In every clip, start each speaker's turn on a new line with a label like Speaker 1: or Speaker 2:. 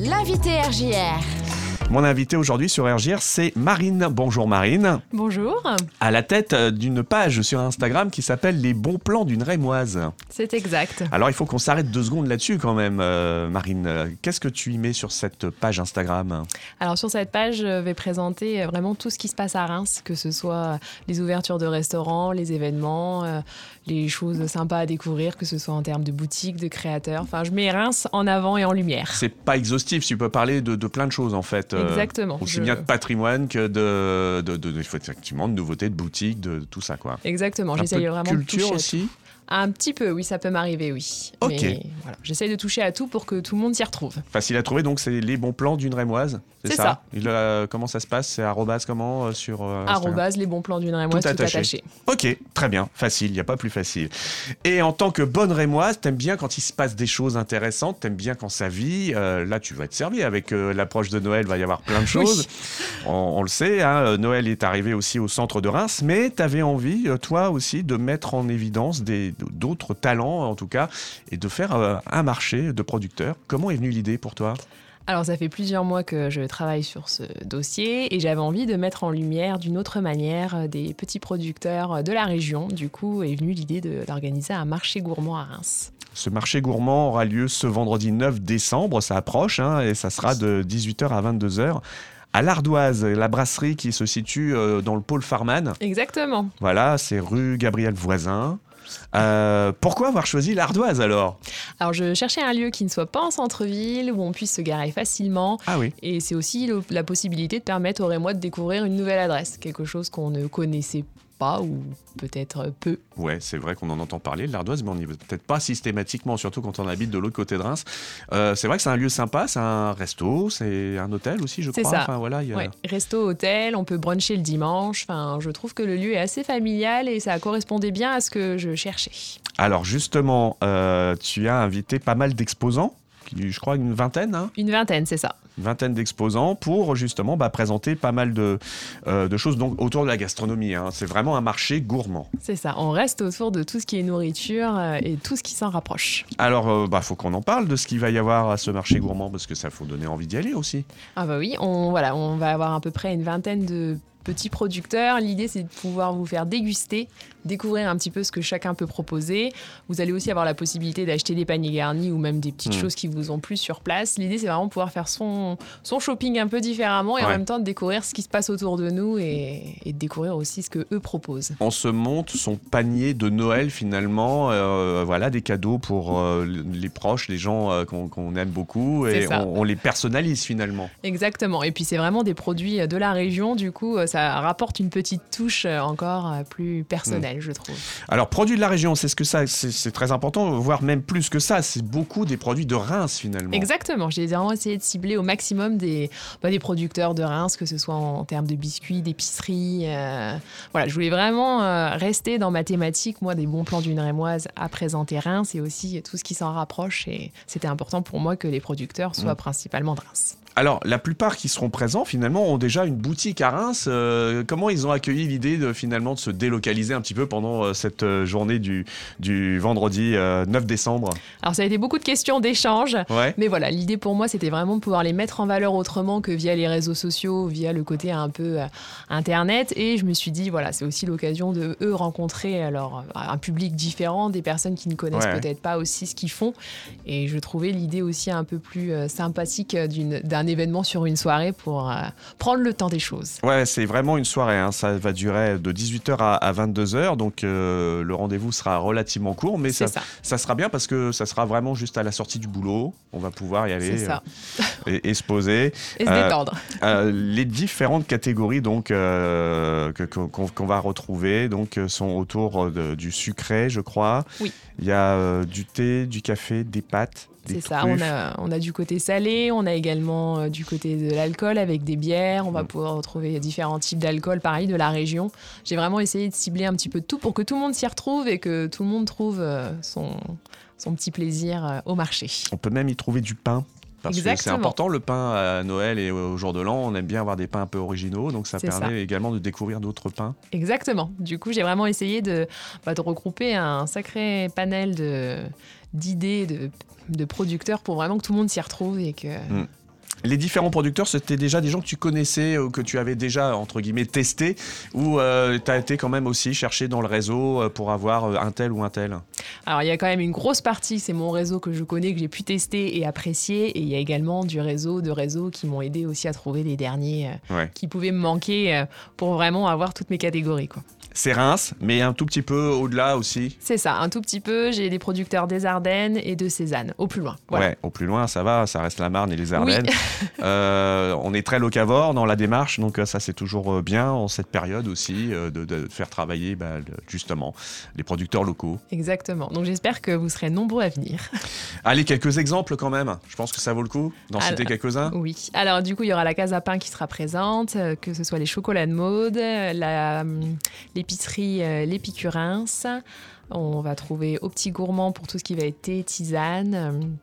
Speaker 1: l'invité RJR.
Speaker 2: Mon invité aujourd'hui sur RGR, c'est Marine. Bonjour Marine.
Speaker 3: Bonjour,
Speaker 2: À la tête euh, d'une page sur Instagram qui s'appelle Les bons plans d'une rémoise.
Speaker 3: c'est exact.
Speaker 2: Alors il faut qu'on s'arrête deux secondes là-dessus quand même, euh, Marine. Euh, Qu'est-ce que tu y mets sur cette page Instagram
Speaker 3: Alors sur cette page, je vais présenter euh, vraiment tout ce qui se passe à Reims, que ce soit euh, les ouvertures de restaurants, les événements, euh, les choses sympas à découvrir, que ce soit en termes de boutiques, de créateurs. Enfin, je mets Reims en avant et en lumière.
Speaker 2: C'est pas exhaustif, tu peux parler de, de plein de choses en fait. euh,
Speaker 3: Exactement.
Speaker 2: Aussi
Speaker 3: Je-
Speaker 2: bien de patrimoine que de, de, de- de- effectivement, de nouveautés, de boutiques, de, de tout ça quoi.
Speaker 3: Exactement,
Speaker 2: Un peu
Speaker 3: Oh, j'essaye
Speaker 2: de
Speaker 3: vraiment de
Speaker 2: culture
Speaker 3: toucher à
Speaker 2: aussi.
Speaker 3: tout. Un petit peu, oui, ça peut m'arriver, oui.
Speaker 2: Ok.
Speaker 3: Mais voilà, j'essaye de toucher à tout pour que tout le monde s'y retrouve.
Speaker 2: Facile à trouver, donc c'est les bons plans d'une rémoise.
Speaker 3: C'est ça.
Speaker 2: Il, euh, comment ça se passe C'est arrobase comment euh, sur euh, Instagram
Speaker 3: Arrobase, les bons plans d'une rémoise,
Speaker 2: Tout
Speaker 3: tout
Speaker 2: attaché.
Speaker 3: attaché.
Speaker 2: Ok, très bien, facile, il n'y a pas plus facile. Et en tant que bonne rémoise, t'aimes bien quand il se passe des choses intéressantes, t'aimes bien quand ça vit. Euh, là, tu vas être servi avec euh, l'approche de Noël, va y avoir plein de choses. On, on le sait, hein, euh, Noël est arrivé aussi au centre de Reims, mais t'avais envie, euh, toi aussi, de mettre en évidence des- d'autres talents, en tout cas, et de faire euh, un marché de producteurs. Comment est venue l'idée pour toi
Speaker 3: Alors ça fait plusieurs mois que je travaille sur ce dossier et j'avais envie de mettre en lumière d'une autre manière euh, des petits producteurs euh, de la région. Du coup est venue l'idée de- d'organiser un marché gourmand à Reims.
Speaker 2: Ce marché gourmand aura lieu ce vendredi 9 décembre, ça approche, hein, et ça sera de 18h à 22h. À l'Ardoise, la brasserie qui se situe euh, dans le pôle Farman.
Speaker 3: Exactement.
Speaker 2: Voilà, c'est rue Gabriel Voisin. Euh, pourquoi avoir choisi l'Ardoise alors
Speaker 3: Alors je cherchais un lieu qui ne soit pas en centre-ville, où on puisse se garer facilement.
Speaker 2: Ah oui.
Speaker 3: Et c'est aussi le- la possibilité de permettre aux Rémois de découvrir une nouvelle adresse, quelque chose qu'on ne connaissait pas ou peut-être peu.
Speaker 2: Ouais, c'est vrai qu'on en entend parler de l'Ardoise, mais on n'y va peut-être pas systématiquement, surtout quand on habite de l'autre côté de Reims. Euh, c'est vrai que c'est un lieu sympa, c'est un resto, c'est un hôtel aussi, je
Speaker 3: C'est
Speaker 2: crois.
Speaker 3: ça.
Speaker 2: Enfin, voilà, il y a-
Speaker 3: Ouais, resto, hôtel, on peut bruncher le dimanche. Enfin, je trouve que le lieu est assez familial et ça correspondait bien à ce que je cherchais.
Speaker 2: Alors justement, euh, tu as invité pas mal d'exposants, qui- je crois une vingtaine, hein,
Speaker 3: Une vingtaine, c'est ça.
Speaker 2: une vingtaine d'exposants pour justement bah, présenter pas mal de, euh, de choses donc, autour de la gastronomie. hein. C'est vraiment un marché gourmand.
Speaker 3: C'est ça. On reste autour de tout ce qui est nourriture euh, et tout ce qui s'en rapproche.
Speaker 2: Alors, euh, bah, faut qu'on en parle de ce qu'il va y avoir à ce marché gourmand parce que ça faut donner envie d'y aller aussi.
Speaker 3: Ah bah oui, on, voilà, on va avoir à peu près une vingtaine de petits producteurs. L'idée, c'est de pouvoir vous faire déguster, découvrir un petit peu ce que chacun peut proposer. Vous allez aussi avoir la possibilité d'acheter des paniers garnis ou même des petites
Speaker 2: Mm.
Speaker 3: choses qui vous ont plu sur place. L'idée, c'est vraiment de pouvoir faire son, son shopping un peu différemment et en
Speaker 2: Ouais.
Speaker 3: même temps de découvrir ce qui se passe autour de nous et, et de découvrir aussi ce que eux proposent.
Speaker 2: On se monte son panier de Noël finalement, euh, voilà des cadeaux pour euh, les proches, les gens euh, qu'on qu'on aime beaucoup et
Speaker 3: C'est ça.
Speaker 2: on- on les personnalise finalement.
Speaker 3: Exactement. Et puis, c'est vraiment des produits de la région. Du coup, ça rapporte une petite touche encore plus personnelle, je trouve.
Speaker 2: Alors, produits de la région, c'est ce que ça, c'est c'est très important, voire même plus que ça. C'est beaucoup des produits de Reims finalement.
Speaker 3: Exactement, j'ai vraiment essayé de cibler au maximum des, bah, des producteurs de Reims, que ce soit en termes de biscuits, d'épicerie. euh, voilà, je voulais vraiment euh, rester dans ma thématique, moi, des bons plans d'une rémoise à présenter Reims et aussi tout ce qui s'en rapproche. Et c'était important pour moi que les producteurs soient
Speaker 2: Mm.
Speaker 3: principalement de Reims.
Speaker 2: Alors, la plupart qui seront présents finalement ont déjà une boutique à Reims. Euh, comment ils ont accueilli l'idée de finalement de se délocaliser un petit peu pendant euh, cette euh, journée du, du vendredi euh, 9 décembre
Speaker 3: Alors, ça a été beaucoup de questions d'échanges.
Speaker 2: Ouais.
Speaker 3: Mais voilà, l'idée pour moi, c'était vraiment de pouvoir les mettre en valeur autrement que via les réseaux sociaux, via le côté un peu euh, internet. Et je me suis dit, voilà, c'est aussi l'occasion de eux rencontrer alors euh, un public différent, des personnes qui ne connaissent
Speaker 2: Ouais.
Speaker 3: peut-être pas aussi ce qu'ils font. Et je trouvais l'idée aussi un peu plus euh, sympathique euh, d'une- d'un événement sur une soirée pour euh, prendre le temps des choses.
Speaker 2: Ouais, c'est vraiment une soirée. hein. Ça va durer de 18h à, 22h. Donc, euh, le rendez-vous sera relativement court. Mais
Speaker 3: C'est
Speaker 2: ça,
Speaker 3: ça,
Speaker 2: ça sera bien parce que ça sera vraiment juste à la sortie du boulot. On va pouvoir y
Speaker 3: c'est
Speaker 2: aller
Speaker 3: ça.
Speaker 2: euh, et- et se poser.
Speaker 3: Et se
Speaker 2: euh,
Speaker 3: détendre.
Speaker 2: Euh, les différentes catégories donc euh, que- qu'on qu'on va retrouver donc euh, sont autour de- du sucré, je crois.
Speaker 3: Oui.
Speaker 2: Il y a euh, du thé, du café, des pâtes. des
Speaker 3: C'est ça,
Speaker 2: truffes.
Speaker 3: on a, on a du côté salé, on a également euh, du côté de l'alcool avec des bières, on va
Speaker 2: Mm.
Speaker 3: pouvoir retrouver différents types d'alcool, pareil, de la région. J'ai vraiment essayé de cibler un petit peu de tout pour que tout le monde s'y retrouve et que tout le monde trouve euh, son, son petit plaisir euh, au marché.
Speaker 2: On peut même y trouver du pain. Parce que c'est
Speaker 3: Exactement.
Speaker 2: important, le pain à Noël et au jour de l'an, on aime bien avoir des pains un peu originaux, donc ça
Speaker 3: C'est
Speaker 2: permet également de découvrir d'autres pains.
Speaker 3: Exactement, du coup j'ai vraiment essayé de, bah, de regrouper un sacré panel de- d'idées, de, de producteurs pour vraiment que tout le monde s'y retrouve et que...
Speaker 2: Mm. les différents producteurs, c'était déjà des gens que tu connaissais ou que tu avais déjà, entre guillemets, testé ou euh, tu as été quand même aussi chercher dans le réseau euh, pour avoir euh, un tel ou un tel
Speaker 3: Alors, il y a quand même une grosse partie, c'est mon réseau que je connais, que j'ai pu tester et apprécier. Et il y a également du réseau, de réseaux qui m'ont aidé aussi à trouver les derniers euh,
Speaker 2: Ouais.
Speaker 3: qui pouvaient me manquer euh, pour vraiment avoir toutes mes catégories. quoi.
Speaker 2: C'est Reims, mais un tout petit peu au-delà aussi.
Speaker 3: C'est ça, un tout petit peu, j'ai des producteurs des Ardennes et de Cézanne, au plus loin. Voilà.
Speaker 2: Ouais, au plus loin, ça va, ça reste la Marne et les Ardennes.
Speaker 3: Oui.
Speaker 2: Euh, on est très locavore dans la démarche, donc euh, ça c'est toujours euh, bien en cette période aussi euh, de, de faire travailler bah, le- justement les producteurs locaux.
Speaker 3: Exactement. Donc j'espère que vous serez nombreux à venir.
Speaker 2: Allez, quelques exemples quand même, je pense que ça vaut le coup d'en
Speaker 3: Alors-
Speaker 2: citer quelques-uns.
Speaker 3: Oui. Alors du coup, il y aura la case à pain qui sera présente, euh, que ce soit les chocolats de mode, euh, la, hum, l'épicerie euh, l'épicurins. On va trouver au petit gourmand pour tout ce qui va être thé, tisane. Hum,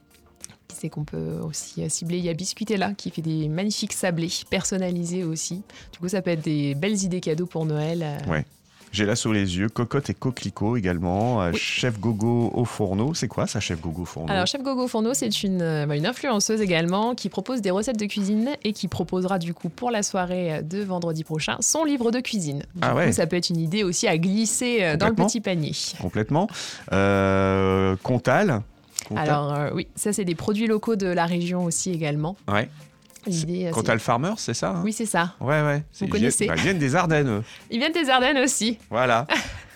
Speaker 3: Qui c'est qu'on peut aussi euh, cibler Il y a Biscuitella qui fait des magnifiques sablés personnalisés aussi. Du coup, ça peut être des belles idées cadeaux pour Noël. euh,
Speaker 2: Ouais. J'ai là sous les yeux Cocotte et Coquelicot également, euh,
Speaker 3: Oui.
Speaker 2: Chef Gogo au fourneau. C'est quoi ça, Chef Gogo au fourneau
Speaker 3: Alors, Chef Gogo Fourneau, c'est une, euh, bah, une influenceuse également qui propose des recettes de cuisine et qui proposera du coup pour la soirée de vendredi prochain son livre de cuisine. Du
Speaker 2: Ah
Speaker 3: coup,
Speaker 2: ouais.
Speaker 3: ça peut être une idée aussi à glisser euh, dans le
Speaker 2: Complètement.
Speaker 3: petit panier.
Speaker 2: Complètement. Euh, Comtal. Comtal.
Speaker 3: Alors euh, oui, ça c'est des produits locaux de la région aussi également.
Speaker 2: Ouais.
Speaker 3: L'idée, euh, c'est-
Speaker 2: Comtal Farmer, c'est ça hein
Speaker 3: Oui, c'est ça.
Speaker 2: Ouais, ouais. C'est- ils
Speaker 3: connaissez.
Speaker 2: viennent- bah, Ils viennent des Ardennes, eux.
Speaker 3: Ils viennent des Ardennes aussi.
Speaker 2: Voilà.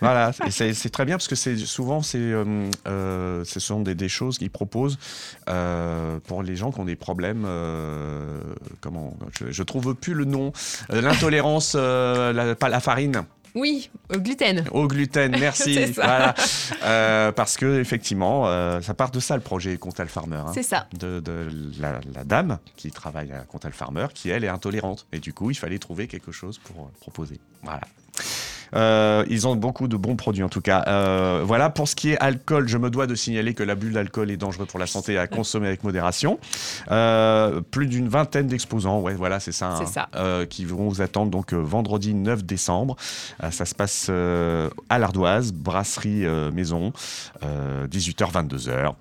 Speaker 2: voilà. Et c'est c'est très bien parce que c'est souvent c'est euh, euh, ce sont des, des choses qu'ils proposent euh, pour les gens qui ont des problèmes. euh, comment je, je trouve plus le nom. Euh, L'intolérance, euh, la, pas la farine,
Speaker 3: Oui, au gluten.
Speaker 2: au gluten. Merci.
Speaker 3: C'est ça.
Speaker 2: voilà. Euh, parce que effectivement, euh, ça part de ça le projet Contal Farmer. hein.
Speaker 3: C'est ça.
Speaker 2: De, de la, la dame qui travaille à Contal Farmer, qui elle est intolérante. Et du coup, il fallait trouver quelque chose pour euh, proposer. Voilà. Euh, ils ont beaucoup de bons produits en tout cas. Euh, voilà, pour ce qui est alcool, je me dois de signaler que l'abus d'alcool est dangereux pour la santé à consommer avec modération. Euh, plus d'une vingtaine d'exposants, ouais, voilà, c'est ça,
Speaker 3: C'est ça.
Speaker 2: euh, qui vont vous attendre donc euh, vendredi 9 décembre. Euh, ça se passe euh, à l'Ardoise, brasserie euh, maison, euh, 18h-22h.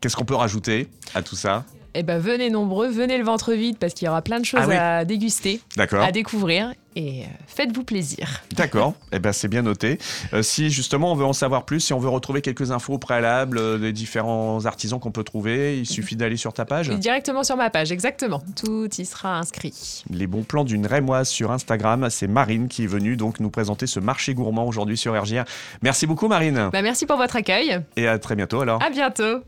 Speaker 2: Qu'est-ce qu'on peut rajouter à tout ça
Speaker 3: Eh ben venez nombreux, venez le ventre vide parce qu'il y aura plein de choses
Speaker 2: Ah oui.
Speaker 3: à déguster,
Speaker 2: D'accord.
Speaker 3: à découvrir et euh, faites-vous plaisir.
Speaker 2: D'accord, eh ben, c'est bien noté. Euh, si justement on veut en savoir plus, si on veut retrouver quelques infos préalables euh, des différents artisans qu'on peut trouver, il suffit d'aller sur ta page.
Speaker 3: Directement sur ma page, exactement. Tout y sera inscrit.
Speaker 2: Les bons plans d'une rémoise sur Instagram, c'est Marine qui est venue donc nous présenter ce marché gourmand aujourd'hui sur RGR. Merci beaucoup Marine
Speaker 3: Bah, merci pour votre accueil.
Speaker 2: et à très bientôt alors.
Speaker 3: À bientôt.